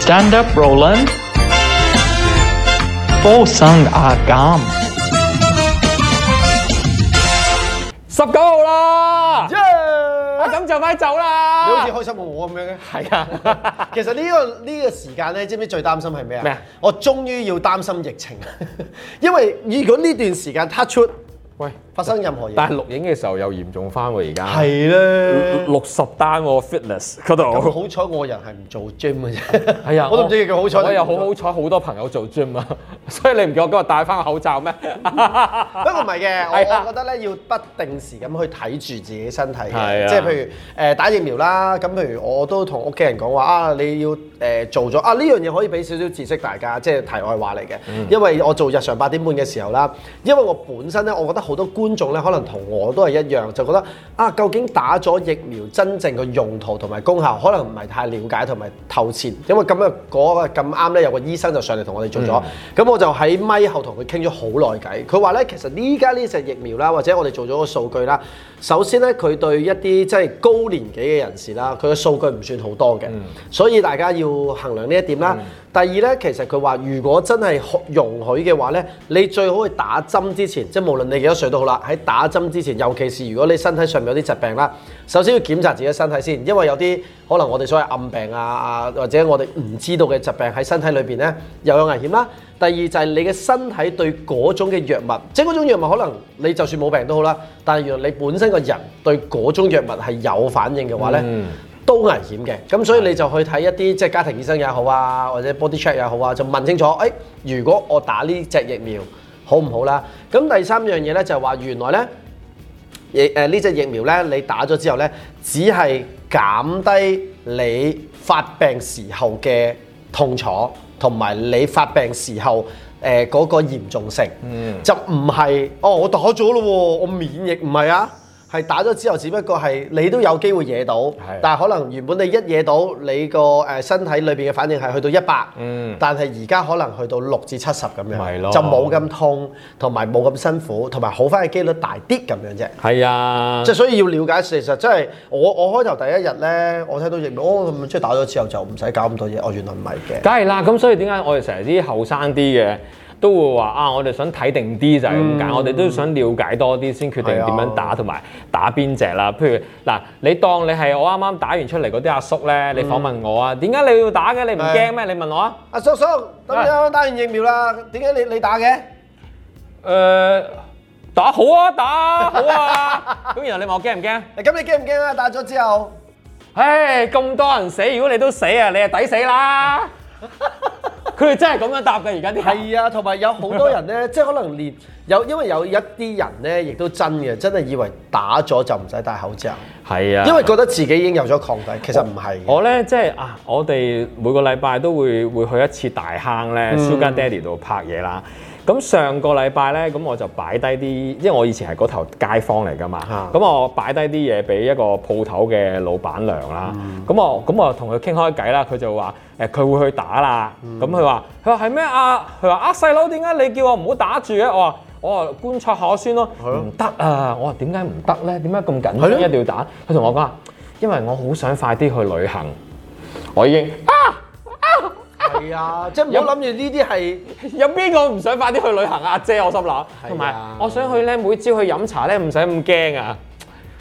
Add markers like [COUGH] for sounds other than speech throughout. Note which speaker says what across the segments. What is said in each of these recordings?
Speaker 1: Stand up, Roland. Four sung agam.
Speaker 2: 十九號啦，
Speaker 3: 耶！
Speaker 2: 啊咁就快走 [LAUGHS]
Speaker 3: 你好
Speaker 2: 啦
Speaker 3: 似。開心過我咁樣嘅。
Speaker 2: 係啊，
Speaker 3: 其實呢、個呢、個時間咧，知唔知最擔心係咩
Speaker 2: 咩
Speaker 3: 啊
Speaker 2: 啊？
Speaker 3: 我終於要擔心疫情， [LAUGHS] 因為如果呢段時間 touch wood，
Speaker 2: [LAUGHS] 喂，
Speaker 3: 發生任何嘢，
Speaker 2: 但係錄影嘅時候又嚴重翻喎，而家
Speaker 3: 係咧。
Speaker 2: 六十單喎 fitness 嗰
Speaker 3: 咁
Speaker 2: 度。
Speaker 3: 好彩我人係唔做 gym 嘅啫。
Speaker 2: 係啊，
Speaker 3: [LAUGHS] 我都唔知佢好彩。
Speaker 2: 我又好好。彩，好多朋友做 gym 啊， [LAUGHS] 所以你唔叫我今日戴翻個口罩咩？
Speaker 3: 不過唔係嘅，我
Speaker 2: 係啊
Speaker 3: 我覺得咧要不定時咁去睇住自己身體
Speaker 2: 係啊
Speaker 3: 嘅，即係譬如誒打疫苗啦，咁譬如我都同屋企人講話啊，你要誒做咗啊呢樣嘢可以俾少少知識大家，即係題外話嚟嘅。
Speaker 2: 嗯
Speaker 3: 因為我做日常八點半嘅時候啦，因為我本身咧，我覺得好多觀眾咧可能同我都係一樣，就覺得啊究竟打咗疫苗真正嘅用途同埋功效，可能唔係太了解同埋透徹，因為咁啊嗰個咁啱咧有個醫生就上嚟同我哋做
Speaker 2: 嗯
Speaker 3: 咗，咁、我就喺咪後同佢傾咗好耐偈。佢話咧，其實呢家呢隻疫苗啦，或者我哋做咗個數據啦，首先咧佢對一啲即係高年紀嘅人士啦，佢嘅數據唔算好多嘅，所以大家要衡量呢一點啦。第二咧，其實佢話如果真係可容許嘅話咧，你最好去打針之前，即係無論你幾多歲都好啦，喺打針之前，尤其是如果你身體上面有啲疾病啦，首先要檢查自己身體先，因為有啲可能我哋所謂暗病啊啊，或者我哋唔知道嘅疾病喺身體裏邊咧又有危險啦。第二就係你嘅身體對嗰種嘅藥物，即係嗰種藥物可能你就算冇病都好啦，但係原來你本身個人對嗰種藥物係有反應嘅話咧。都危險嘅，咁所以你就去睇一啲即係家庭醫生也好啊，或者 body check 也好啊，就問清楚，誒、如果我打呢只疫苗好唔好啦？咁第三樣嘢咧就係話原來咧。疫誒呢只疫苗咧，你打咗之後咧，只係減低你發病時候嘅痛楚，同埋你發病時候誒嗰、個嚴重性，就唔係哦，我打咗咯喎，我免疫唔係啊。係打咗之後，只不過係你都有機會惹到，但係可能原本你一惹到，你個誒身體裏邊嘅反應係去到一百、但係而家可能去到六至七十咁
Speaker 2: 咪
Speaker 3: 樣，
Speaker 2: 咯
Speaker 3: 就冇咁痛，同埋冇咁辛苦，同埋好翻嘅機率大啲咁樣啫。
Speaker 2: 係啊
Speaker 3: 即係所以要了解，其實真係我我開頭第一日咧，我睇到疫苗，哦咁即係打咗之後就唔使搞咁多嘢，哦原來唔係嘅。
Speaker 2: 梗係啦，咁所以點解我哋成日啲後生啲嘅都會話啊，我哋想睇定啲就係咁解，我哋都想了解多啲先決定點樣打同埋打邊只啦。譬如嗱，你當你係我啱啱打完出嚟嗰啲阿叔咧，你訪問我啊，點解你要打嘅？你唔驚咩？你問我啊。
Speaker 3: 阿叔叔，咁你啱啱打完疫苗啦，點解你你打嘅？
Speaker 2: 誒、打好啊，打好啊！ [LAUGHS] 咁然後你問我驚唔驚？
Speaker 3: 咁你驚唔驚啊？打咗之後，
Speaker 2: 唉，咁多人死，如果你都死啊，你係抵死啦！佢哋真係咁樣答嘅，而家啲係
Speaker 3: 係啊，同埋有好多人 [LAUGHS] 咧，即係可能連有因為有一啲人咧，亦都真嘅，真係以為打咗就唔使戴口罩，
Speaker 2: 係啊
Speaker 3: 因為覺得自己已經有咗抗體，其實唔係嘅。
Speaker 2: 我咧即係啊，我哋每個禮拜都會會去一次大坑
Speaker 3: 嗯
Speaker 2: 咧，Sugar Daddy 度拍嘢啦。咁上個禮拜咧，咁我就擺低啲，因為我以前係嗰頭街坊嚟噶嘛，
Speaker 3: 啊
Speaker 2: 咁、我擺低啲嘢俾一個鋪頭嘅老闆娘啦。
Speaker 3: 嗯
Speaker 2: 咁、我咁我同佢傾開偈啦，佢就話誒佢會去打啦。
Speaker 3: 嗯
Speaker 2: 咁佢話佢話係咩啊？佢話啊細佬點解你叫我唔好打住嘅？我話我話觀察下先咯，唔得啊！我話點解唔得咧？點解咁緊
Speaker 3: 係咯
Speaker 2: 張一定要打？佢同我講話，因為我好想快啲去旅行。我已經啊，
Speaker 3: 係啊，即係唔好諗住呢啲係。
Speaker 2: 有邊個唔想快啲去旅行啊？阿姐，我心諗，同埋我想去咧，每朝去飲茶咧，唔使咁驚啊！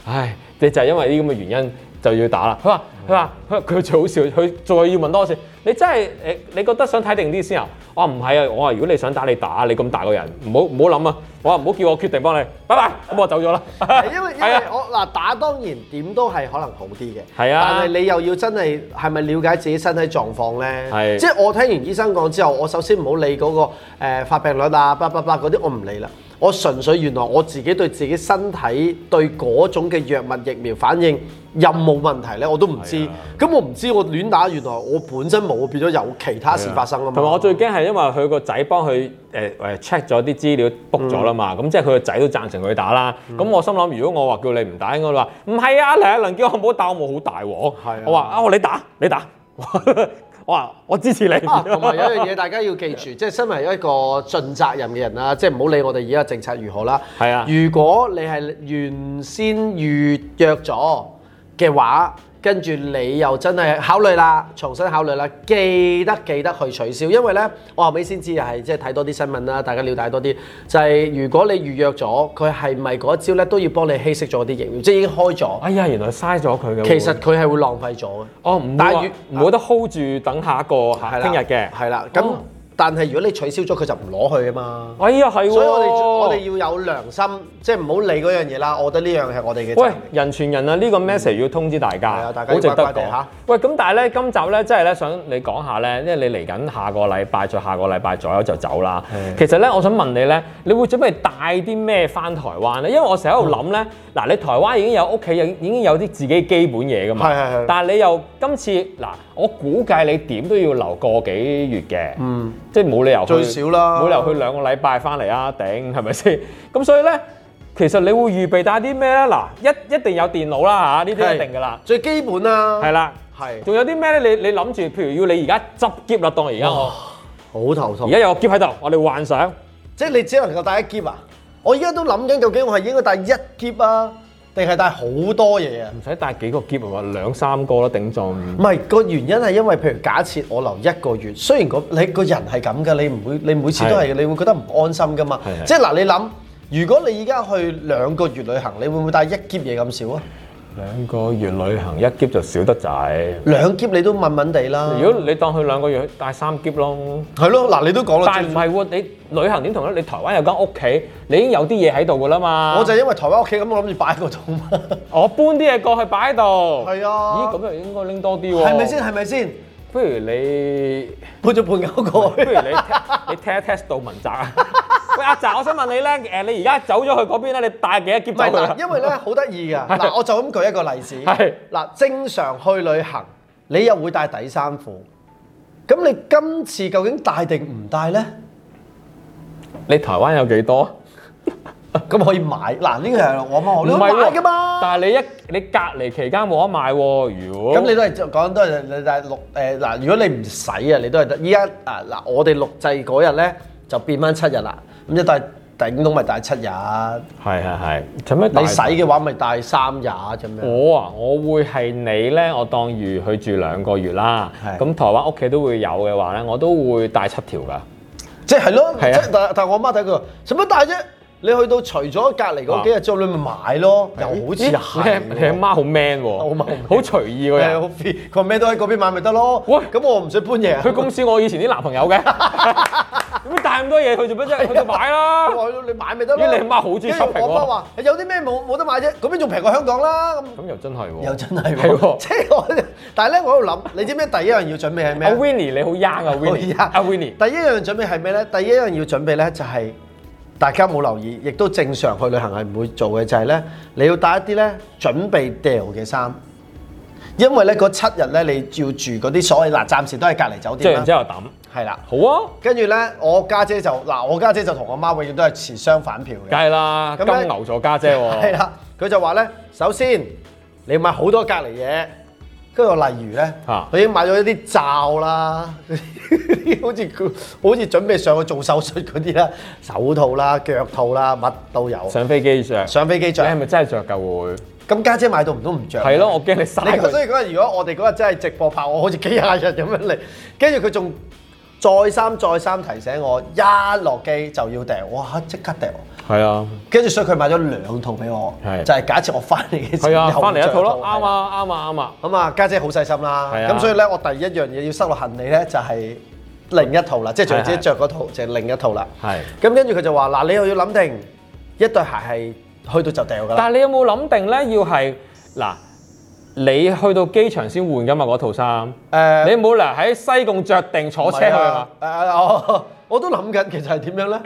Speaker 2: 唉，你就係因為呢啲咁嘅原因就要打啦。佢話佢話佢佢最好笑，佢再要問多一次，你真係誒？你覺得想睇定啲先啊？我話唔係啊，我話如果你想打你打，你咁大個人，唔好唔好諗啊！我話唔好叫我決定幫你，拜拜，咁我走咗啦。 [LAUGHS]
Speaker 3: 係因為因
Speaker 2: 係
Speaker 3: 為
Speaker 2: 啊
Speaker 3: 我嗱打當然點都係可能好啲嘅，
Speaker 2: 係啊
Speaker 3: 但係你又要真係係咪了解自己身體狀況咧？
Speaker 2: 係
Speaker 3: 即係我聽完醫生講之後，我首先唔好理嗰、個誒、呃、發病率啊、叭叭叭嗰啲，我唔理啦。我純粹原來我自己對自己身體對嗰種嘅藥物疫苗反應有冇問題咧，我都唔知。
Speaker 2: 啊
Speaker 3: 咁、我唔知我亂打，原來我本身冇變咗有其他事發生啊嘛。
Speaker 2: 同埋我最驚係因為佢個仔幫佢誒誒 check 咗啲資料 book 咗啦嘛，
Speaker 3: 嗯
Speaker 2: 咁、即係佢個仔都贊成佢打啦。咁、我心諗，如果我話叫你唔打，應該話唔係啊，梁一倫叫我唔好打，我好大鑊。
Speaker 3: 係啊
Speaker 2: 我話啊，我你打，你打， [LAUGHS] 我話我支持你。
Speaker 3: 啊，同埋有一樣嘢大家要記
Speaker 2: 啊
Speaker 3: 住，即係身為一個盡責任嘅人啦，即係唔好理我哋而家政策如何啦。
Speaker 2: 係啊
Speaker 3: 如果你係原先預約咗嘅話，跟住你又真係考慮啦，重新考慮啦，記得記得去取消，因為呢，我後尾先知係即係睇多啲新聞啦，大家了解多啲，就係、如果你預約咗，佢係咪嗰一招呢都要幫你稀釋咗啲疫苗，即係已經開咗，
Speaker 2: [LAUGHS] 哎呀，原來嘥咗佢嘅喎。
Speaker 3: 其實佢係會浪費咗嘅。
Speaker 2: 哦，唔
Speaker 3: 但係
Speaker 2: 會
Speaker 3: 如
Speaker 2: 唔冇得 hold 住等下一個下
Speaker 3: 係啦
Speaker 2: 聽日嘅。
Speaker 3: 係啦，咁、
Speaker 2: 哦
Speaker 3: 但係如果你取消咗，佢就唔攞去啊嘛。
Speaker 2: 哎呀，係喎。
Speaker 3: 所以我哋我哋要有良心，即係唔好理嗰樣嘢啦。我覺得呢樣係我哋嘅責
Speaker 2: 喂
Speaker 3: 任。，
Speaker 2: 人傳人啊！呢、個 message 要通知大
Speaker 3: 係
Speaker 2: 家，
Speaker 3: 啊大家
Speaker 2: 好值得
Speaker 3: 要乖乖地
Speaker 2: 講
Speaker 3: 嚇。
Speaker 2: 喂，咁但係咧，今集咧，真係咧，想你講下咧，因為你嚟緊下個禮拜，再下個禮拜左右就走啦。其實咧，我想問你咧，你會準備帶啲咩翻台灣咧？因為我成日喺度諗咧，嗱、你台灣已經有屋企有已經有啲自己基本嘢噶嘛，
Speaker 3: 係係係
Speaker 2: 但係你又今次嗱，我估計你點都要留個幾月嘅，嗯，即係冇理由去
Speaker 3: 最少啦
Speaker 2: 冇理由去兩個禮拜翻嚟啊，頂係咪先？ [LAUGHS] 咁所以咧。其實你會預備帶啲咩咧？嗱，一一定有電腦啦嚇，呢啲一定噶啦，
Speaker 3: 最基本啦、
Speaker 2: 係啦。
Speaker 3: 係
Speaker 2: 仲有啲咩咧？你你諗住，譬如要你而家執箧啦，當而家我
Speaker 3: 好頭
Speaker 2: 而
Speaker 3: 痛。
Speaker 2: 家有個箧喺度，我哋幻想
Speaker 3: 即係你只能夠帶一箧啊！我而家都諗緊，究竟我係應該帶一箧啊，定係帶好多嘢啊？
Speaker 2: 唔使帶幾個箧係嘛，兩三個啦頂撞。
Speaker 3: 唔係個原因係因為，譬如假設我留一個月，雖然個你個人係咁噶，你唔會你每次都係你會覺得唔安心噶嘛
Speaker 2: 係係。
Speaker 3: 即係嗱，你諗，如果你而家去兩個月旅行，你會唔會帶一箧嘢咁少啊？
Speaker 2: 兩個月旅行一箧就少得滯。
Speaker 3: 兩箧你都問問地啦。
Speaker 2: 如果你當佢兩個月帶三箧咯，
Speaker 3: 係咯，嗱你都講啦，
Speaker 2: 但係唔係喎？你旅行點同咧？你台灣有間屋企，你已經有啲嘢喺度噶啦嘛。
Speaker 3: 我就因為台灣屋企咁，我諗住擺喺嗰度嘛。
Speaker 2: 我搬啲嘢過去擺喺度。係
Speaker 3: 係啊
Speaker 2: 咦，咁又應該拎多啲喎。
Speaker 3: 係咪先？？係咪先？
Speaker 2: 不如你， [LAUGHS]
Speaker 3: 搬咗半間過
Speaker 2: 不
Speaker 3: 去
Speaker 2: 如。你你 test test 杜文澤 [LAUGHS] 啊！喂，阿澤，我想問你咧，誒，你而家走咗去嗰邊咧，你帶幾
Speaker 3: 唔
Speaker 2: 多劫
Speaker 3: 係
Speaker 2: 走去啊
Speaker 3: 嗱，？因為咧好得意㗎。嗱，我就咁舉一個例子。
Speaker 2: 係
Speaker 3: 嗱，正常去旅行，你又會帶底衫褲。咁你今次究竟帶定唔
Speaker 2: [LAUGHS]
Speaker 3: 帶咧？
Speaker 2: 你台灣有幾多？
Speaker 3: 咁可以買嗱，呢個係我媽我都買
Speaker 2: 喎
Speaker 3: 㗎嘛。
Speaker 2: 但係你一你隔離期間冇得買喎，如果
Speaker 3: 咁你都係講都係你帶六誒嗱，如果你唔使啊，你都係得依家啊嗱，我哋錄製嗰日咧就變翻七日啦，咁即係帶頂籠咪帶七日，
Speaker 2: 係係係，做咩帶
Speaker 3: 你使嘅話咪帶三日咁樣。
Speaker 2: 我啊，我會係你咧，我當如去住兩個月啦。
Speaker 3: 係
Speaker 2: 咁台灣屋企都會有嘅話咧，我都會帶七條㗎。
Speaker 3: 即係係咯，即
Speaker 2: 係啊
Speaker 3: 係但但我媽睇佢話使乜帶啫？你去到除咗隔離嗰幾日之後，你咪買咯，又好似係
Speaker 2: 啊咦你你阿
Speaker 3: 喎。
Speaker 2: 媽好 man 喎，
Speaker 3: 好 man
Speaker 2: 好隨意個
Speaker 3: 係啊
Speaker 2: 人。
Speaker 3: 好 fit，佢話咩都喺嗰邊買咪得咯。
Speaker 2: 喂
Speaker 3: 咁我唔使搬嘢啊。
Speaker 2: 佢咁似我以前啲男朋友
Speaker 3: [LAUGHS]
Speaker 2: 嘅，咁帶咁多嘢去做
Speaker 3: 啊
Speaker 2: 乜啫？去就買啦。
Speaker 3: 我話你買咪得咯。
Speaker 2: 咦你阿媽好中意
Speaker 3: 跟住
Speaker 2: shopping 喎
Speaker 3: 我媽話：有啲咩冇冇得買啫？嗰邊仲平過香港啦。咁
Speaker 2: 咁又真係喎，
Speaker 3: 又真係
Speaker 2: 係喎
Speaker 3: 喎。即係我，但係咧我喺度諗， [LAUGHS] 你知唔知第一樣要準備係咩
Speaker 2: 阿
Speaker 3: 啊？
Speaker 2: Winnie 你好 young 啊，Winnie，阿 Winnie，
Speaker 3: 第一樣準備係咩咧？第一樣要準備咧就係大家冇留意，亦都正常去旅行係唔會做嘅，就係咧你要帶一啲咧準備掉嘅衫，因為咧嗰七日咧你要住嗰啲所謂嗱，暫時都係隔離酒
Speaker 2: 即係
Speaker 3: 店
Speaker 2: 然
Speaker 3: 啦
Speaker 2: 之，後抌，
Speaker 3: 係啦。
Speaker 2: 好啊，
Speaker 3: 跟住咧，我家姐就嗱，我家姐就同我媽永遠都係持相反票
Speaker 2: 梗
Speaker 3: 嘅，
Speaker 2: 係啦，
Speaker 3: 咁咧
Speaker 2: 金牛座家姐
Speaker 3: 係
Speaker 2: 喎，
Speaker 3: 啦。佢就話咧，首先你要買好多隔離嘢，跟住我例如咧，
Speaker 2: 啊
Speaker 3: 佢已經買咗一啲罩啦， [LAUGHS] 好似佢好似準備上去做手術嗰啲啦，手套啦、腳套啦，乜都有。
Speaker 2: 上飛機着，
Speaker 3: 上飛機
Speaker 2: 你係
Speaker 3: 着，
Speaker 2: 咪真係着㗎
Speaker 3: 咁家姐買到唔都唔着。
Speaker 2: 會？係啊咯，我驚你嘥
Speaker 3: 你所
Speaker 2: 佢。
Speaker 3: 以嗰日如果我哋嗰日真係直播拍，我好似幾廿日咁樣嚟，跟住佢仲再三再三提醒我，一落機就要掉，哇！即刻掉。
Speaker 2: 係啊，
Speaker 3: 跟住所以佢買咗兩套俾我
Speaker 2: 係，
Speaker 3: 就係假設我翻嚟嘅時候
Speaker 2: 係啊，
Speaker 3: 又
Speaker 2: 翻嚟一套咯，
Speaker 3: 着
Speaker 2: 啱。啊，啱啊，啱啊。
Speaker 3: 咁啊，家姐好細心啦，
Speaker 2: 係啊
Speaker 3: 咁所以咧，我第一樣嘢要收落行李咧，就係另一套啦，即係除咗自己
Speaker 2: 係係
Speaker 3: 着嗰套就係另一套啦。
Speaker 2: 係
Speaker 3: 咁跟住佢就話：嗱，你又要諗定一對鞋係去到就掉㗎啦。
Speaker 2: 但係你有冇諗定咧？要係嗱，你去到機場先換㗎嘛嗰套衫，
Speaker 3: 誒
Speaker 2: 你冇理由喺西貢着定坐車去㗎嘛。
Speaker 3: 唔係啊？誒我 [LAUGHS] 我都諗緊，其實係點樣咧？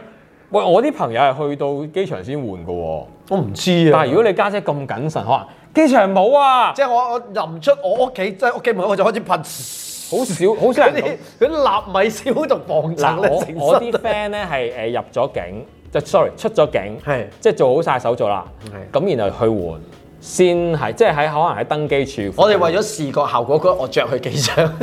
Speaker 2: 喂，我啲朋友係去到機場先換㗎喎。
Speaker 3: 我唔知啊。
Speaker 2: 但係如果你家姐咁謹慎，可能機場冇啊，
Speaker 3: 即係我我臨出我屋企，即係屋企門口，我就開始噴
Speaker 2: 好
Speaker 3: [LAUGHS]
Speaker 2: 少好少人
Speaker 3: 嗰
Speaker 2: 咁
Speaker 3: 啲。嗰啲納米消毒防
Speaker 2: 嗱，
Speaker 3: 塵咧，成身
Speaker 2: 我我啲
Speaker 3: 都
Speaker 2: friend 咧係誒入咗境，就 sorry 出咗境，
Speaker 3: 係
Speaker 2: 即係做好晒手續啦，
Speaker 3: 係
Speaker 2: 咁然後去換先係，即係喺可能喺登機處。
Speaker 3: 我哋為咗視覺效果，嗰日我着去幾張。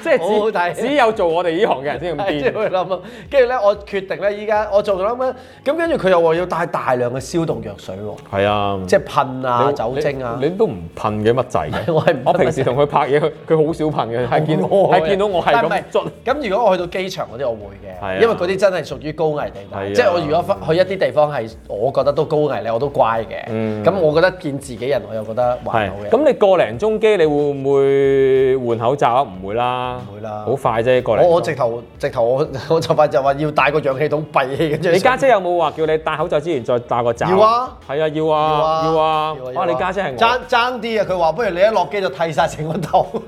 Speaker 2: 即即係
Speaker 3: 好好睇
Speaker 2: 只只有做我哋呢行嘅人先咁
Speaker 3: [LAUGHS] 係即係
Speaker 2: 癲。
Speaker 3: 會諗啊，跟住咧，我決定咧，依家我做到諗咧，咁跟住佢又話要帶大量嘅消毒藥水喎，
Speaker 2: 係啊，
Speaker 3: 即係噴啊、
Speaker 2: 你
Speaker 3: 酒精啊
Speaker 2: 你，你都唔噴嘅乜滯嘅。
Speaker 3: 我係唔噴乜滯
Speaker 2: 我平時同佢拍嘢，佢佢好少噴嘅，係見
Speaker 3: 我
Speaker 2: 係見到我係
Speaker 3: 啊但唔
Speaker 2: 咁捽。
Speaker 3: 咁如果我去到機場嗰啲，我會
Speaker 2: 係啊
Speaker 3: 嘅，因為嗰啲真係屬於高危地
Speaker 2: 係
Speaker 3: 帶。
Speaker 2: 啊
Speaker 3: 即係我如果翻去一啲地方係我覺得都高危咧，我都乖嘅。咁我覺得見自己人，我又覺得還
Speaker 2: 係
Speaker 3: 好嘅。
Speaker 2: 咁你個零鐘機，你會唔會換口罩啊？唔會啦，
Speaker 3: 唔會啦
Speaker 2: 好快啫，個零鐘。
Speaker 3: 我我直頭直頭我我就快就話要帶個氧氣筒閉氣跟住。
Speaker 2: 你家姐有冇話叫你戴口罩之前再戴個罩？
Speaker 3: 要啊，
Speaker 2: 係啊，要啊，要啊。哇！你家姐係
Speaker 3: 爭爭啲啊！佢話不如你一落機就剃晒成
Speaker 2: [LAUGHS]
Speaker 3: 個頭。
Speaker 2: 我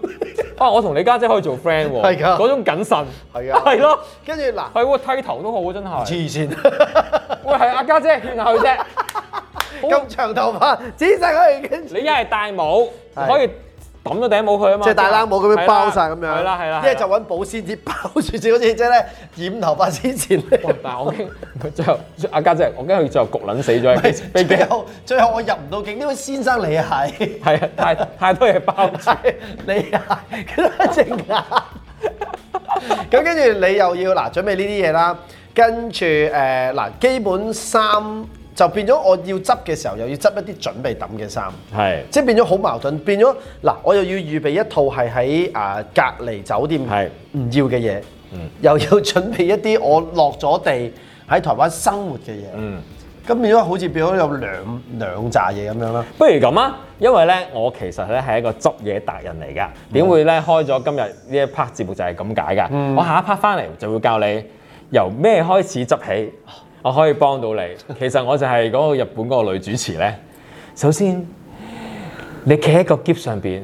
Speaker 2: 啊，我同你家姐可以做 friend 喎。
Speaker 3: [LAUGHS] 係㗎
Speaker 2: 嗰種謹慎
Speaker 3: 係啊
Speaker 2: 係咯，
Speaker 3: 跟住嗱，
Speaker 2: 係喎，剃頭都好真係。
Speaker 3: 黐線，
Speaker 2: 喂，係阿家姐勸下佢啫。好
Speaker 3: [LAUGHS]
Speaker 2: 啊
Speaker 3: 咁長頭髮，剪晒佢，跟住
Speaker 2: 你一係戴帽，
Speaker 3: 係
Speaker 2: 可以抌咗頂帽佢啊嘛。
Speaker 3: 即係戴冷帽咁樣包晒咁樣，
Speaker 2: 係啦係啦。
Speaker 3: 一係就揾保鮮紙包住自己，好似即係咧染頭髮之前咧。
Speaker 2: 哇但係我驚 [LAUGHS] 最後阿家姐，我驚佢最後焗撚死
Speaker 3: [LAUGHS]
Speaker 2: 咗喺機飛機
Speaker 3: 最。後最後我入唔到境，呢位先生你係
Speaker 2: 係啊，太太多嘢包住。
Speaker 3: 係你係佢隻眼。咁跟住你又要嗱準備呢啲嘢啦，跟住誒嗱基本衫就變咗我要執嘅時候又要執一啲準備抌嘅衫。
Speaker 2: 係
Speaker 3: 即係變咗好矛盾，變咗嗱，我又要預備一套係喺啊隔離酒店
Speaker 2: 係
Speaker 3: 唔要嘅嘢，又要準備一啲我落咗地喺台灣生活嘅嘢，
Speaker 2: 嗯。
Speaker 3: 咁、變咗好似變咗有兩兩扎嘢咁樣啦。
Speaker 2: 不如咁啊，因為咧，我其實咧係一個執嘢達人嚟㗎，點會咧開咗今日呢一 part 節目就係咁解㗎？我下一 part 翻嚟就會教你由咩開始執起，我可以幫到你。其實我就係嗰個日本嗰個女主持咧。首先，你企喺個篋上邊，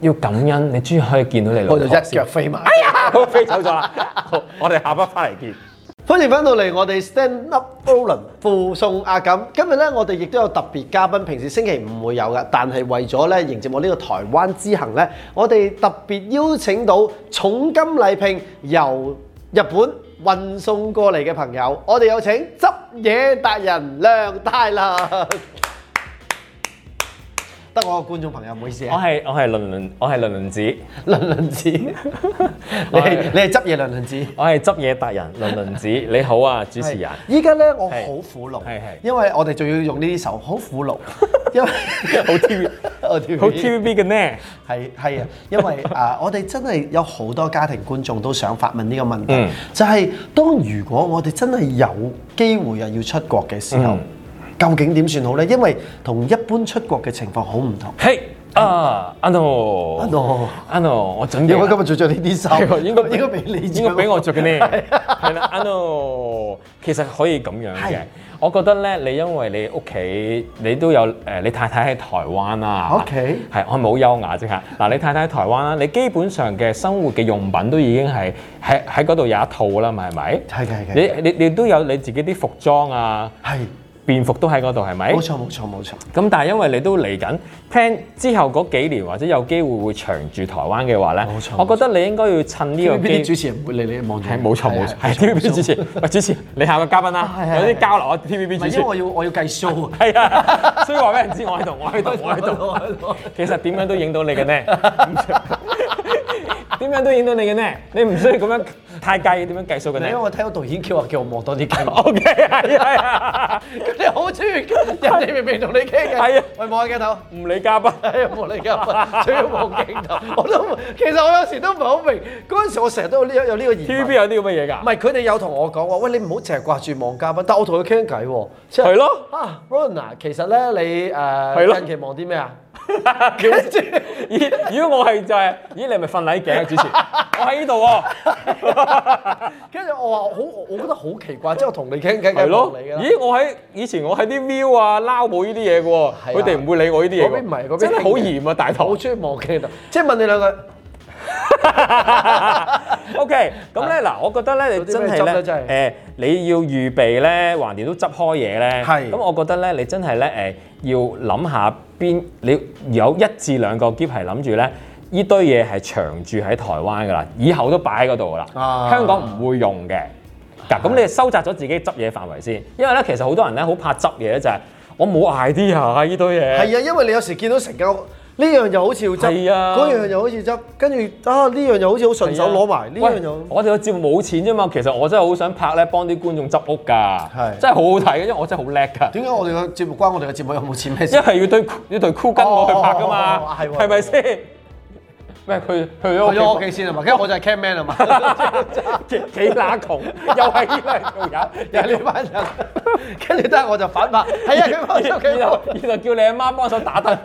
Speaker 2: 要感恩你終於可以見到你老
Speaker 3: 我就
Speaker 2: 婆
Speaker 3: 一
Speaker 2: 先
Speaker 3: 腳飛埋。
Speaker 2: 啊 [LAUGHS] 我飛走咗啦。好我哋下 part 翻嚟見。
Speaker 3: 歡迎翻到嚟我哋 Stand Up Roland 附送阿錦。今日咧，我哋亦都有特別嘉賓，平時星期五會有嘅，但係為咗咧迎接我呢個台灣之行咧，我哋特別邀請到重金禮聘由日本運送過嚟嘅朋友，我哋有請執嘢達人梁太啦。得我個觀眾朋友，唔好意思
Speaker 2: 我
Speaker 3: 啊，
Speaker 2: 係我係輪輪，我係輪輪子，
Speaker 3: [LAUGHS] 輪輪子， [LAUGHS] 你係你係執嘢輪輪子。
Speaker 2: 我係執嘢達人輪輪子。你好啊，主持人
Speaker 3: 係。依家咧，我
Speaker 2: 係
Speaker 3: 好苦惱
Speaker 2: 係係，
Speaker 3: 因為我哋仲要用呢啲手，好
Speaker 2: [LAUGHS]
Speaker 3: 苦惱，因為
Speaker 2: 好 TV
Speaker 3: [LAUGHS] 我 TV
Speaker 2: 好 TVB 嘅呢？
Speaker 3: 係係啊，因為
Speaker 2: [LAUGHS]
Speaker 3: 啊，我哋真係有好多家庭觀眾都想發問呢個問題，
Speaker 2: 嗯
Speaker 3: 就係當如果我哋真係有機會啊要出國嘅時候，
Speaker 2: 嗯
Speaker 3: 究竟點算好咧？因為同一般出國嘅情況好唔同。
Speaker 2: 嘿啊，阿諾，
Speaker 3: 阿諾
Speaker 2: 阿諾，我準備
Speaker 3: 如
Speaker 2: 啦
Speaker 3: 果今日着咗呢啲
Speaker 2: 啊係啊
Speaker 3: 衫，
Speaker 2: 喎應該
Speaker 3: [LAUGHS] 應該俾你
Speaker 2: 應該俾我着嘅
Speaker 3: [LAUGHS]
Speaker 2: 呢？
Speaker 3: 係啊
Speaker 2: 係啦，阿諾，其實可以咁樣
Speaker 3: 係
Speaker 2: 嘅。我覺得咧，你因為你屋企你都有誒、呃你太太喺台灣啦
Speaker 3: OK
Speaker 2: 係我冇優雅即刻。嗱，你太太喺台灣啦，你基本上嘅生活嘅用品都已經係喺喺嗰度有一套啦嘛，係咪？
Speaker 3: 係嘅係嘅，
Speaker 2: 你你你都有你自己啲服裝啊、
Speaker 3: 係
Speaker 2: 便服都喺嗰度係咪？
Speaker 3: 冇錯冇錯冇錯，
Speaker 2: 咁但係因為你都嚟緊 plan 之後嗰幾年或者有機會會長住台灣嘅話咧
Speaker 3: 冇，錯
Speaker 2: 我覺得你應該要趁呢個
Speaker 3: TVB 啲主
Speaker 2: 機。
Speaker 3: 持人唔會理你望住你，
Speaker 2: 係冇錯冇錯，係啊 TVB 主持，喂主持，你下個嘉賓啦
Speaker 3: 啊係，係
Speaker 2: 有啲
Speaker 3: 係
Speaker 2: 交流啊 TVB
Speaker 3: 唔
Speaker 2: 主
Speaker 3: 係因
Speaker 2: 持
Speaker 3: 為，我要我要計數啊。
Speaker 2: 係啊，所以話俾人知我喺度，我喺度，我喺度。
Speaker 3: 度。
Speaker 2: 其實點樣都影到你嘅呢？點樣都影到你嘅呢？你唔需要咁樣太計點樣計數嘅
Speaker 3: [LAUGHS] 你因為
Speaker 2: 呢
Speaker 3: 我聽到導演叫我叫我望多啲
Speaker 2: [LAUGHS]
Speaker 3: 鏡，
Speaker 2: ？OK 係啊係啊，
Speaker 3: 你好中意人哋明明同你傾嘅，
Speaker 2: 係啊
Speaker 3: 喂望下鏡頭。 [LAUGHS]
Speaker 2: 唔理嘉賓。
Speaker 3: 係啊，望
Speaker 2: [LAUGHS]
Speaker 3: 你鏡，仲要望鏡頭，我都其實我有時都唔係好明，嗰陣時我成日都有呢有呢個疑
Speaker 2: TVB
Speaker 3: 問。
Speaker 2: 有啲咁嘅嘢
Speaker 3: 唔
Speaker 2: 㗎，
Speaker 3: 係佢哋有同我講話，喂你唔好成日掛住望嘉賓，但我同佢傾偈喎。即
Speaker 2: 係咯
Speaker 3: 啊 r o n a 其實咧你誒、呃
Speaker 2: 係咯
Speaker 3: 近期望啲咩啊？ [LAUGHS]
Speaker 2: 跟住， [LAUGHS] 咦？如果我係就係，咦？你係咪瞓禮頸啊？
Speaker 3: [LAUGHS]
Speaker 2: 主持，我喺呢度喎。
Speaker 3: 跟住我話好，我覺得好奇怪，即係我同你傾偈
Speaker 2: 係
Speaker 3: 嘅
Speaker 2: 咯
Speaker 3: 望，你㗎啦。
Speaker 2: 咦？我喺以前我喺啲 view 啊、撈寶呢啲嘢嘅喎，
Speaker 3: 係啊
Speaker 2: 佢哋唔會理我呢啲嘢喎。
Speaker 3: 嗰邊唔係嗰邊
Speaker 2: 真係好
Speaker 3: 興嘅
Speaker 2: 嚴啊，大堂
Speaker 3: 好。中意望鏡頭，即係問你兩句，
Speaker 2: [LAUGHS] OK，咁咧嗱，我覺得咧，你真
Speaker 3: 啊有啲咩執
Speaker 2: 係
Speaker 3: 咧真
Speaker 2: 咧，誒，你要預備咧，橫掂都執開嘢咧。
Speaker 3: 係
Speaker 2: 咁我覺得咧，你真係咧，誒，要諗下邊，你有一至兩個篋係諗住咧，呢堆嘢係長住喺台灣㗎啦，以後都擺喺嗰度㗎啦。
Speaker 3: 啊
Speaker 2: 香港唔會用嘅。嗱，咁你收窄咗自己執嘢範圍先，因為咧，其實好多人咧好怕執嘢咧，就係我冇 idea 啊呢堆嘢。
Speaker 3: 係啊，因為你有時見到成間屋，呢樣又好似要執，
Speaker 2: 係啊
Speaker 3: 嗰樣又好似執，跟住啊呢樣又好似好順手攞埋，呢
Speaker 2: 喂
Speaker 3: 樣又
Speaker 2: 我哋個節目冇錢啫嘛，其實我真係好想拍咧，幫啲觀眾執屋㗎，
Speaker 3: 係
Speaker 2: 真係好好睇嘅，因為我真係好叻㗎。
Speaker 3: 點解我哋個節目關我哋個節
Speaker 2: [LAUGHS]
Speaker 3: 目有冇錢咩
Speaker 2: 一？係要對要對箍跟我去拍㗎
Speaker 3: 哦哦哦
Speaker 2: 嘛，
Speaker 3: 哦係喎
Speaker 2: 係咪先？咩佢去
Speaker 3: 去咗
Speaker 2: 咗
Speaker 3: 我
Speaker 2: 屋
Speaker 3: 屋
Speaker 2: 企
Speaker 3: 企先啊嘛，跟住我就係 cam man 啊嘛， [LAUGHS]
Speaker 2: 幾幾乸窮，又係呢個條
Speaker 3: 又係呢班人，跟住得我就反拍，
Speaker 2: [LAUGHS]
Speaker 3: 係啊，佢翻咗屋
Speaker 2: 友，然後
Speaker 3: 企，
Speaker 2: 然後叫你阿媽幫手打燈，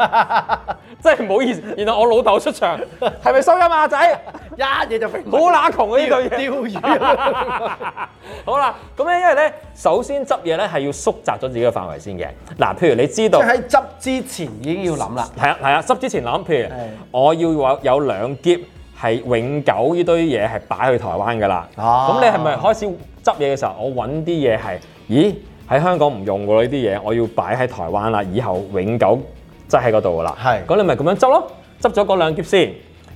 Speaker 2: 真係唔好意思。然後我老豆出場，係咪收音啊仔？
Speaker 3: 一嘢就飛
Speaker 2: 好乸窮啊呢對嘢。
Speaker 3: 釣魚。啊
Speaker 2: [LAUGHS] 好啦，咁咧因為咧，首先執嘢咧係要縮窄咗自己嘅範圍先嘅。嗱，譬如你知
Speaker 3: 即
Speaker 2: 道
Speaker 3: 係。喺執之前已經要諗啦。
Speaker 2: 係啊係啊，執之前諗，譬如
Speaker 3: 係
Speaker 2: 我要有有兩箧係永久呢堆嘢係擺去台灣㗎啦。咁、
Speaker 3: 啊
Speaker 2: 你係咪開始執嘢嘅時候，我揾啲嘢係，咦喺香港唔用㗎啦呢啲嘢，我要擺喺台灣啦，以後永久擠喺嗰度㗎啦。
Speaker 3: 係
Speaker 2: 咁你咪咁樣執咯，執咗嗰兩箧先。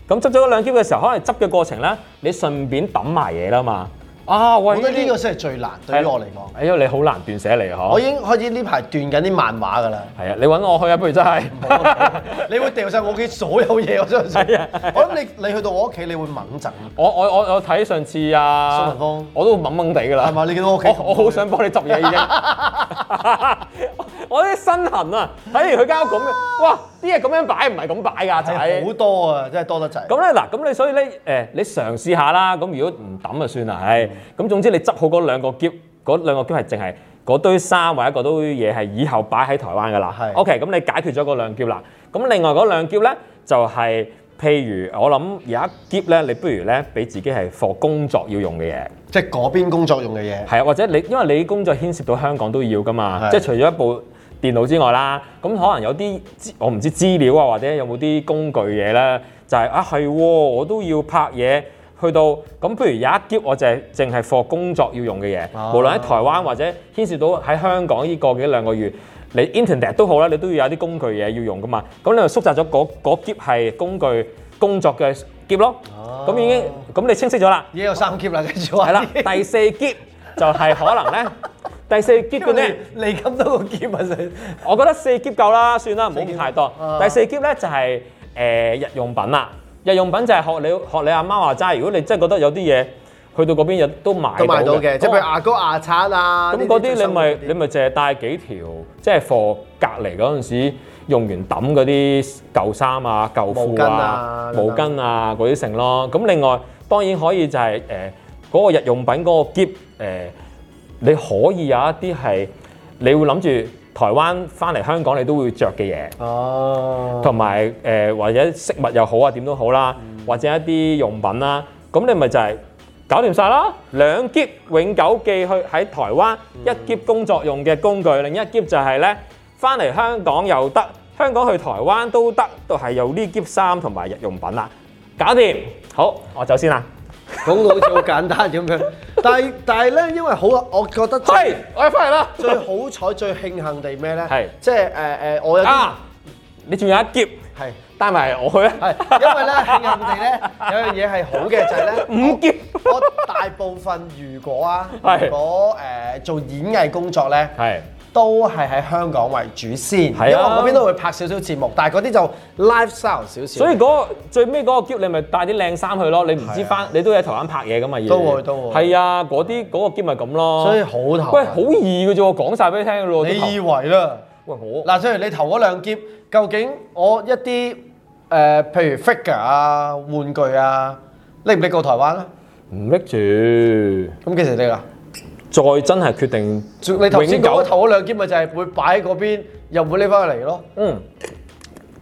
Speaker 2: 咁執咗嗰兩箧嘅時候，可能執嘅過程咧，你順便抌埋嘢啦嘛。啊，
Speaker 3: 我
Speaker 2: 喂，
Speaker 3: 覺得呢個
Speaker 2: 啲
Speaker 3: 先係最難，對於我嚟講，
Speaker 2: 哎係因為你好難斷捨離嗬
Speaker 3: 我已。經開始呢排斷緊啲漫畫㗎啦。
Speaker 2: 係啊，你揾我去啊，不如真
Speaker 3: [LAUGHS]
Speaker 2: 係。
Speaker 3: 你會掉晒我屋企所有嘢，我相信。
Speaker 2: 係啊係啊
Speaker 3: 我諗你你去到我屋企，你會猛震，
Speaker 2: 我我我我睇上次啊，
Speaker 3: 蘇文峰
Speaker 2: 我都懵懵地噶啦，
Speaker 3: 係嘛？你見到我屋企咁
Speaker 2: 我我好想幫你執嘢已
Speaker 3: [LAUGHS]
Speaker 2: 經， [LAUGHS] 我啲身痕啊！睇完佢間屋咁嘅，哇！啲嘢咁樣擺唔係咁擺㗎，
Speaker 3: 係
Speaker 2: 仔。
Speaker 3: 好多啊，真係多得滯。
Speaker 2: 咁咧嗱，咁你所以咧誒、你嘗試下啦。咁如果唔抌就算啦，唉。咁總之你執好嗰兩個箧，嗰兩個箧係淨係嗰堆衫或者嗰堆嘢係以後擺喺台灣㗎啦。
Speaker 3: 係
Speaker 2: OK，咁你解決咗嗰兩箧啦。咁另外嗰兩箧咧就係、譬如我諗有一箧咧，你不如咧俾自己係 for 工作要用嘅嘢。
Speaker 3: 即係嗰邊工作用嘅嘢，
Speaker 2: 係啊，或者你因為你工作牽涉到香港都要噶嘛，
Speaker 3: 係
Speaker 2: 即係除咗一部電腦之外啦，咁可能有啲資我唔知資料啊，或者有冇啲工具嘢咧，就係、啊係喎，我都要拍嘢。去到咁，不如有一箧我就係淨係 for 工作要用嘅嘢，
Speaker 3: 啊
Speaker 2: 無論喺台灣或者牽涉到喺香港呢個幾兩個月，你 internet 都好啦，你都要有啲工具嘢要用噶嘛。咁你就縮窄咗嗰嗰箧係工具工作嘅箧咯。咁、已
Speaker 3: 哦
Speaker 2: 經咁你清晰咗啦。
Speaker 3: 已經有三 keep 啦，跟住話 [LAUGHS]
Speaker 2: 係啦，第四結就係可能咧，第四結嘅咧，
Speaker 3: 你你咁多個 keep 啊，你
Speaker 2: 我覺得四結夠啦，算啦，唔好咁太多
Speaker 3: 啊。
Speaker 2: 第四結咧就係、誒、日用品啦，日用品就係學你學你阿媽話齋，如果你真係覺得有啲嘢去到嗰哦邊有都買
Speaker 3: [LAUGHS] 都買到嘅，即係譬如
Speaker 2: 咁
Speaker 3: 牙膏、牙刷啊，
Speaker 2: 咁
Speaker 3: 呢
Speaker 2: 嗰
Speaker 3: 最
Speaker 2: 啲
Speaker 3: 生
Speaker 2: 你
Speaker 3: 活
Speaker 2: 咪
Speaker 3: 嗰啲
Speaker 2: 你咪淨係帶幾條，即係貨隔離嗰陣時用完抌嗰啲舊衫啊、舊褲啊、
Speaker 3: 毛
Speaker 2: 毛
Speaker 3: 巾啊等等
Speaker 2: 巾啊嗰啲剩咯。咁另外當然可以就係誒嗰個日用品嗰個箧誒、你可以有一啲係你會諗住台灣翻嚟香港你都會着嘅嘢。
Speaker 3: 哦，
Speaker 2: 同埋誒或者食物又好啊，點都好啦，或者一啲用品啦，咁你咪就係搞掂晒啦。兩箧永久寄去喺台灣，一箧工作用嘅工具，另一箧就係咧翻嚟香港又得，香港去台灣都得，都係有呢箧衫同埋日用品啦，搞掂。好，我走先啦。
Speaker 3: 講到好似好簡單咁 [LAUGHS] 樣，但係但係咧，因為好，我覺得最
Speaker 2: 係，我哋翻嚟啦。
Speaker 3: 最好彩、最慶幸地咩咧？
Speaker 2: 係
Speaker 3: 即係誒誒，我有啲
Speaker 2: 啊，你仲有一箧
Speaker 3: 係
Speaker 2: 帶埋我去啊？
Speaker 3: 係，因
Speaker 2: [LAUGHS]
Speaker 3: 為咧慶幸地咧有樣嘢係好嘅就係咧，
Speaker 2: 五箧。
Speaker 3: 我我大部分如果啊，
Speaker 2: 係
Speaker 3: 如果誒做演藝工作咧，
Speaker 2: 係。
Speaker 3: 都係喺香港為主先，因
Speaker 2: 係
Speaker 3: 為
Speaker 2: 啊
Speaker 3: 我嗰邊都會拍少少節目，但係嗰啲就 lifestyle 少少，
Speaker 2: 所以嗰、個最尾嗰個 gear 你咪帶啲靚衫去咯，你唔知
Speaker 3: 係
Speaker 2: 翻
Speaker 3: 啊
Speaker 2: 你都喺台灣拍嘢噶嘛要。
Speaker 3: 都會都會
Speaker 2: 係啊，嗰啲嗰個 gear 咪咁咯。
Speaker 3: 所以好頭
Speaker 2: 喂，
Speaker 3: 痕
Speaker 2: 好易嘅啫喎，講晒俾你聽嘅咯。都頭
Speaker 3: 你以為啦？
Speaker 2: 喂我
Speaker 3: 嗱，譬如你頭嗰兩劫，究竟我一啲誒、譬如 figure 啊、玩具啊，拎唔拎過台灣咧？
Speaker 2: 唔拎住，
Speaker 3: 咁幾時拎啊？
Speaker 2: 再真係決定
Speaker 3: 你頭
Speaker 2: 永
Speaker 3: 先講
Speaker 2: 久
Speaker 3: 嗰頭嗰兩劫咪就係會擺喺嗰邊，又唔會拎翻嚟咯。
Speaker 2: 嗯，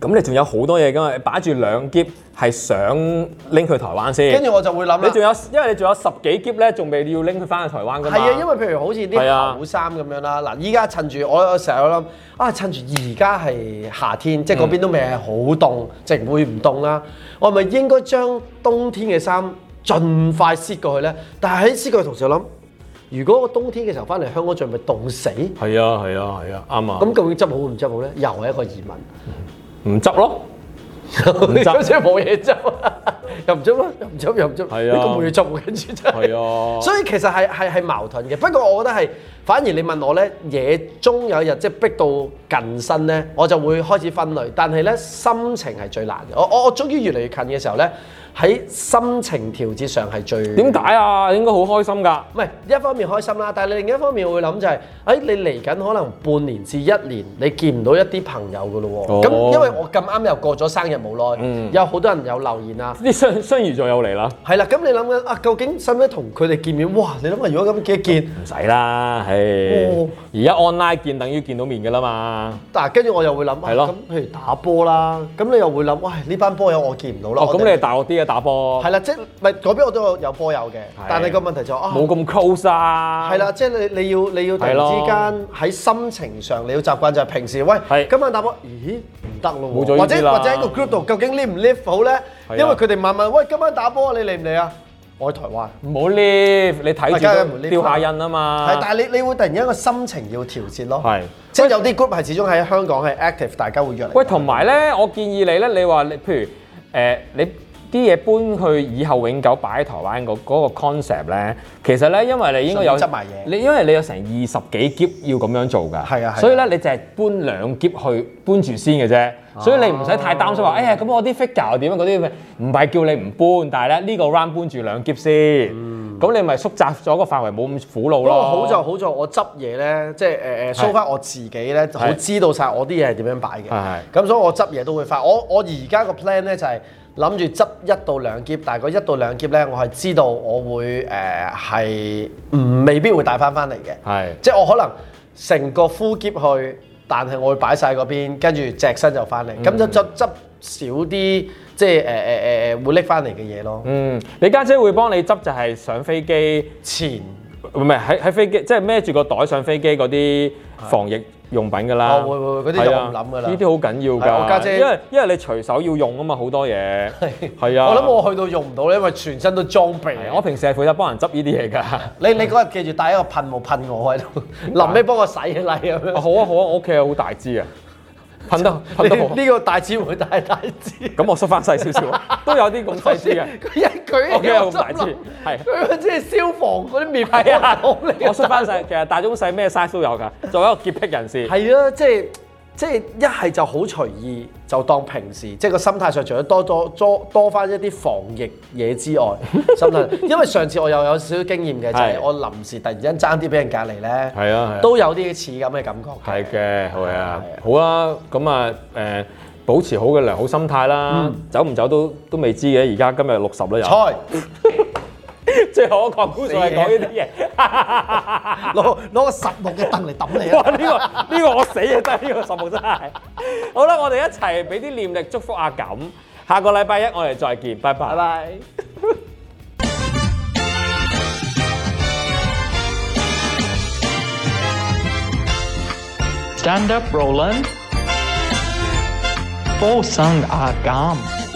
Speaker 2: 咁你仲有好多嘢噶嘛？你擺住兩 gear 係想拎去台灣
Speaker 3: 跟
Speaker 2: 先。
Speaker 3: 住我就會諗
Speaker 2: 你仲
Speaker 3: 啦。
Speaker 2: 有，因為你仲有十幾 gear 咧，仲未要拎佢翻去台灣噶
Speaker 3: 係
Speaker 2: 嘛。
Speaker 3: 啊，因為譬如好似
Speaker 2: 係啊
Speaker 3: 啲厚衫咁樣啦，嗱，依家趁住我我成日諗啊，趁住而家係夏天，
Speaker 2: 嗯
Speaker 3: 即係嗰邊都未係好凍，即係唔會唔凍啦。我係咪應該將冬天嘅衫盡快摺過去咧？但係喺摺過去同時，我諗如果我冬天嘅時候翻嚟香港，仲咪凍死？
Speaker 2: 係啊，係啊，係啊，啱啊。
Speaker 3: 咁究竟執好唔執好咧？又係一個疑問。 [LAUGHS]
Speaker 2: 唔執咯。
Speaker 3: 咁 [LAUGHS]
Speaker 2: 執
Speaker 3: 即係冇嘢執。啊又唔執啦，又唔執又唔執，
Speaker 2: 係啊
Speaker 3: 呢個冇嘢執喎跟住真係。
Speaker 2: 係啊，
Speaker 3: 所以其實係係係矛盾嘅。不過我覺得係，反而你問我咧，嘢中有一日即係逼到近身咧，我就會開始分類。但係咧，心情係最難嘅。我我我終於越嚟越近嘅時候咧，喺心情調節上係最
Speaker 2: 點解啊？應該好開心㗎。
Speaker 3: 唔係一方面開心啦，但係你另一方面會諗就係、哎你嚟緊可能半年至一年，你見唔到一啲朋友噶
Speaker 2: 哦
Speaker 3: 咯
Speaker 2: 嗯
Speaker 3: 喎。咁、因為我咁啱又過咗生日冇耐，有好多人有留言啊。
Speaker 2: 啲雙雙魚座又嚟啦，
Speaker 3: 係啦，咁你諗緊啊，究竟使唔使同佢哋見面？哇！你諗下，如果咁嘅見，
Speaker 2: 唔使啦，唉，
Speaker 3: 哦
Speaker 2: 而家 online 見等於見到面㗎啦嘛。
Speaker 3: 嗱，跟住我又會諗，啊
Speaker 2: 係咯
Speaker 3: 咁、譬如打波啦，咁你又會諗，喂，呢班波友我見唔到啦。
Speaker 2: 哦，咁
Speaker 3: 我
Speaker 2: 你
Speaker 3: 哋
Speaker 2: 係大學啲嘅打波，
Speaker 3: 係啦，即係咪嗰邊我都有有波友嘅
Speaker 2: 係，
Speaker 3: 但係個問題就啊，
Speaker 2: 冇咁 close 啊。
Speaker 3: 係啦，，即係你你要你要突
Speaker 2: 係咯
Speaker 3: 然之間喺心情上你要習慣就係平時喂
Speaker 2: 係
Speaker 3: 今晚打波，咦唔得咯
Speaker 2: 冇
Speaker 3: 喎，
Speaker 2: 咗呢
Speaker 3: 或
Speaker 2: 啲
Speaker 3: 者
Speaker 2: 啦
Speaker 3: 或者喺個 group 度究竟 lift 唔 lift 好咧？
Speaker 2: 係啊
Speaker 3: 因為佢哋問問喂今晚打波啊你嚟唔嚟啊？我喺台灣，
Speaker 2: 唔好 leave，你睇
Speaker 3: 大家唔
Speaker 2: 住
Speaker 3: leave
Speaker 2: 都掉
Speaker 3: 啦
Speaker 2: 下印啊嘛。
Speaker 3: 係但係你你會突然間個心情要調節咯，
Speaker 2: 係
Speaker 3: 即係有啲 group 係始終喺香港係 active，大家會約嚟。
Speaker 2: 喂，同埋咧，我建議你咧，你話你譬如誒、呃你啲嘢搬去以後永久擺喺台灣嗰嗰個 concept 咧，其實咧，因為你應該有
Speaker 3: 順便執埋嘢
Speaker 2: 你因為你有成二十幾篋要咁樣做㗎，
Speaker 3: 係啊係啊
Speaker 2: 所以咧你就係搬兩篋去搬住先嘅啫，所以你唔使太擔心話，哎呀咁我啲 figure 又點啊嗰啲，唔係叫你唔搬，但係咧呢個 round 搬住兩篋先，咁、你咪縮窄咗個範圍，冇咁苦惱
Speaker 3: 不過
Speaker 2: 咯。
Speaker 3: 好就好在我執嘢咧，即係呃誒誒 so far 我自己咧，就好知道晒我啲嘢係點樣擺
Speaker 2: 係係
Speaker 3: 嘅。咁所以我執嘢都會快。我我而家個 plan 咧就係諗住執一到兩篋，但係嗰一到兩篋咧，我係知道我會誒係唔未必會帶翻翻嚟嘅。
Speaker 2: 係。
Speaker 3: 即係我可能成個 full 篋去，但係我會擺晒嗰邊，跟住隻身就翻嚟。
Speaker 2: 嗯
Speaker 3: 咁就執執少啲，即係誒呃誒誒誒會拎翻嚟嘅嘢咯。
Speaker 2: 嗯，你家姐會幫你執就係上飛機。
Speaker 3: 前
Speaker 2: 唔係喺喺飛機，即係孭住個袋上飛機嗰啲防疫用品㗎啦。
Speaker 3: 哦會會會嗰啲就
Speaker 2: 係啊
Speaker 3: 唔諗㗎啦
Speaker 2: 呢啲好緊要
Speaker 3: 係
Speaker 2: 㗎。
Speaker 3: 我家姐
Speaker 2: 因為因為你隨手要用啊嘛，好多嘢。係啊。
Speaker 3: [LAUGHS] 我諗我去到用唔到咧，因為全身都裝備。啊
Speaker 2: 係我平時係負責幫人執呢啲嘢
Speaker 3: [LAUGHS]
Speaker 2: 㗎。
Speaker 3: 你你嗰日記住帶一個噴霧噴我喺度，臨尾幫我洗禮咁
Speaker 2: 哦
Speaker 3: 樣。
Speaker 2: 好啊好啊，我屋企有好大支啊，噴得噴得好
Speaker 3: 呢。呢個大支會大大支，
Speaker 2: 咁我縮翻細少少， [LAUGHS] 都有啲咁細支嘅。
Speaker 3: 佢一舉
Speaker 2: 我屋企有咁大支
Speaker 3: 我心諗
Speaker 2: 係
Speaker 3: 佢即係消防嗰啲滅火
Speaker 2: 係啊，
Speaker 3: 筒嚟㗎
Speaker 2: 我縮翻細，其實大中細咩 size 都有㗎。作為一個潔癖人士，
Speaker 3: 係啊，即係即係一係就好隨意，就當平時，即係個心態上除咗多多多多翻一啲防疫嘢之 [LAUGHS] 外，心態，因為上次我又有少少經驗嘅，就
Speaker 2: 係
Speaker 3: 係我臨時突然之間爭啲俾人隔離咧，
Speaker 2: 係啊係啊
Speaker 3: 都有啲似咁嘅感覺嘅。
Speaker 2: 係嘅，係啊
Speaker 3: 係啊，
Speaker 2: 好啊，咁啊，誒、保持好嘅良好心態啦，走唔走都都未知嘅，而家今日六十啦 [LAUGHS] 又。
Speaker 3: 菜。
Speaker 2: 最後一個 conclusion 係講呢啲嘢。
Speaker 3: 攞攞個實木嘅凳嚟揼你
Speaker 2: 哇！
Speaker 3: 啊！
Speaker 2: 呢、個呢、個我死啊！真係呢個十目真係。好啦，我哋一齊俾啲念力祝福阿錦。下個禮拜一我哋再見，拜拜。
Speaker 3: 拜。
Speaker 1: Stand up, Roland. Fosang agam.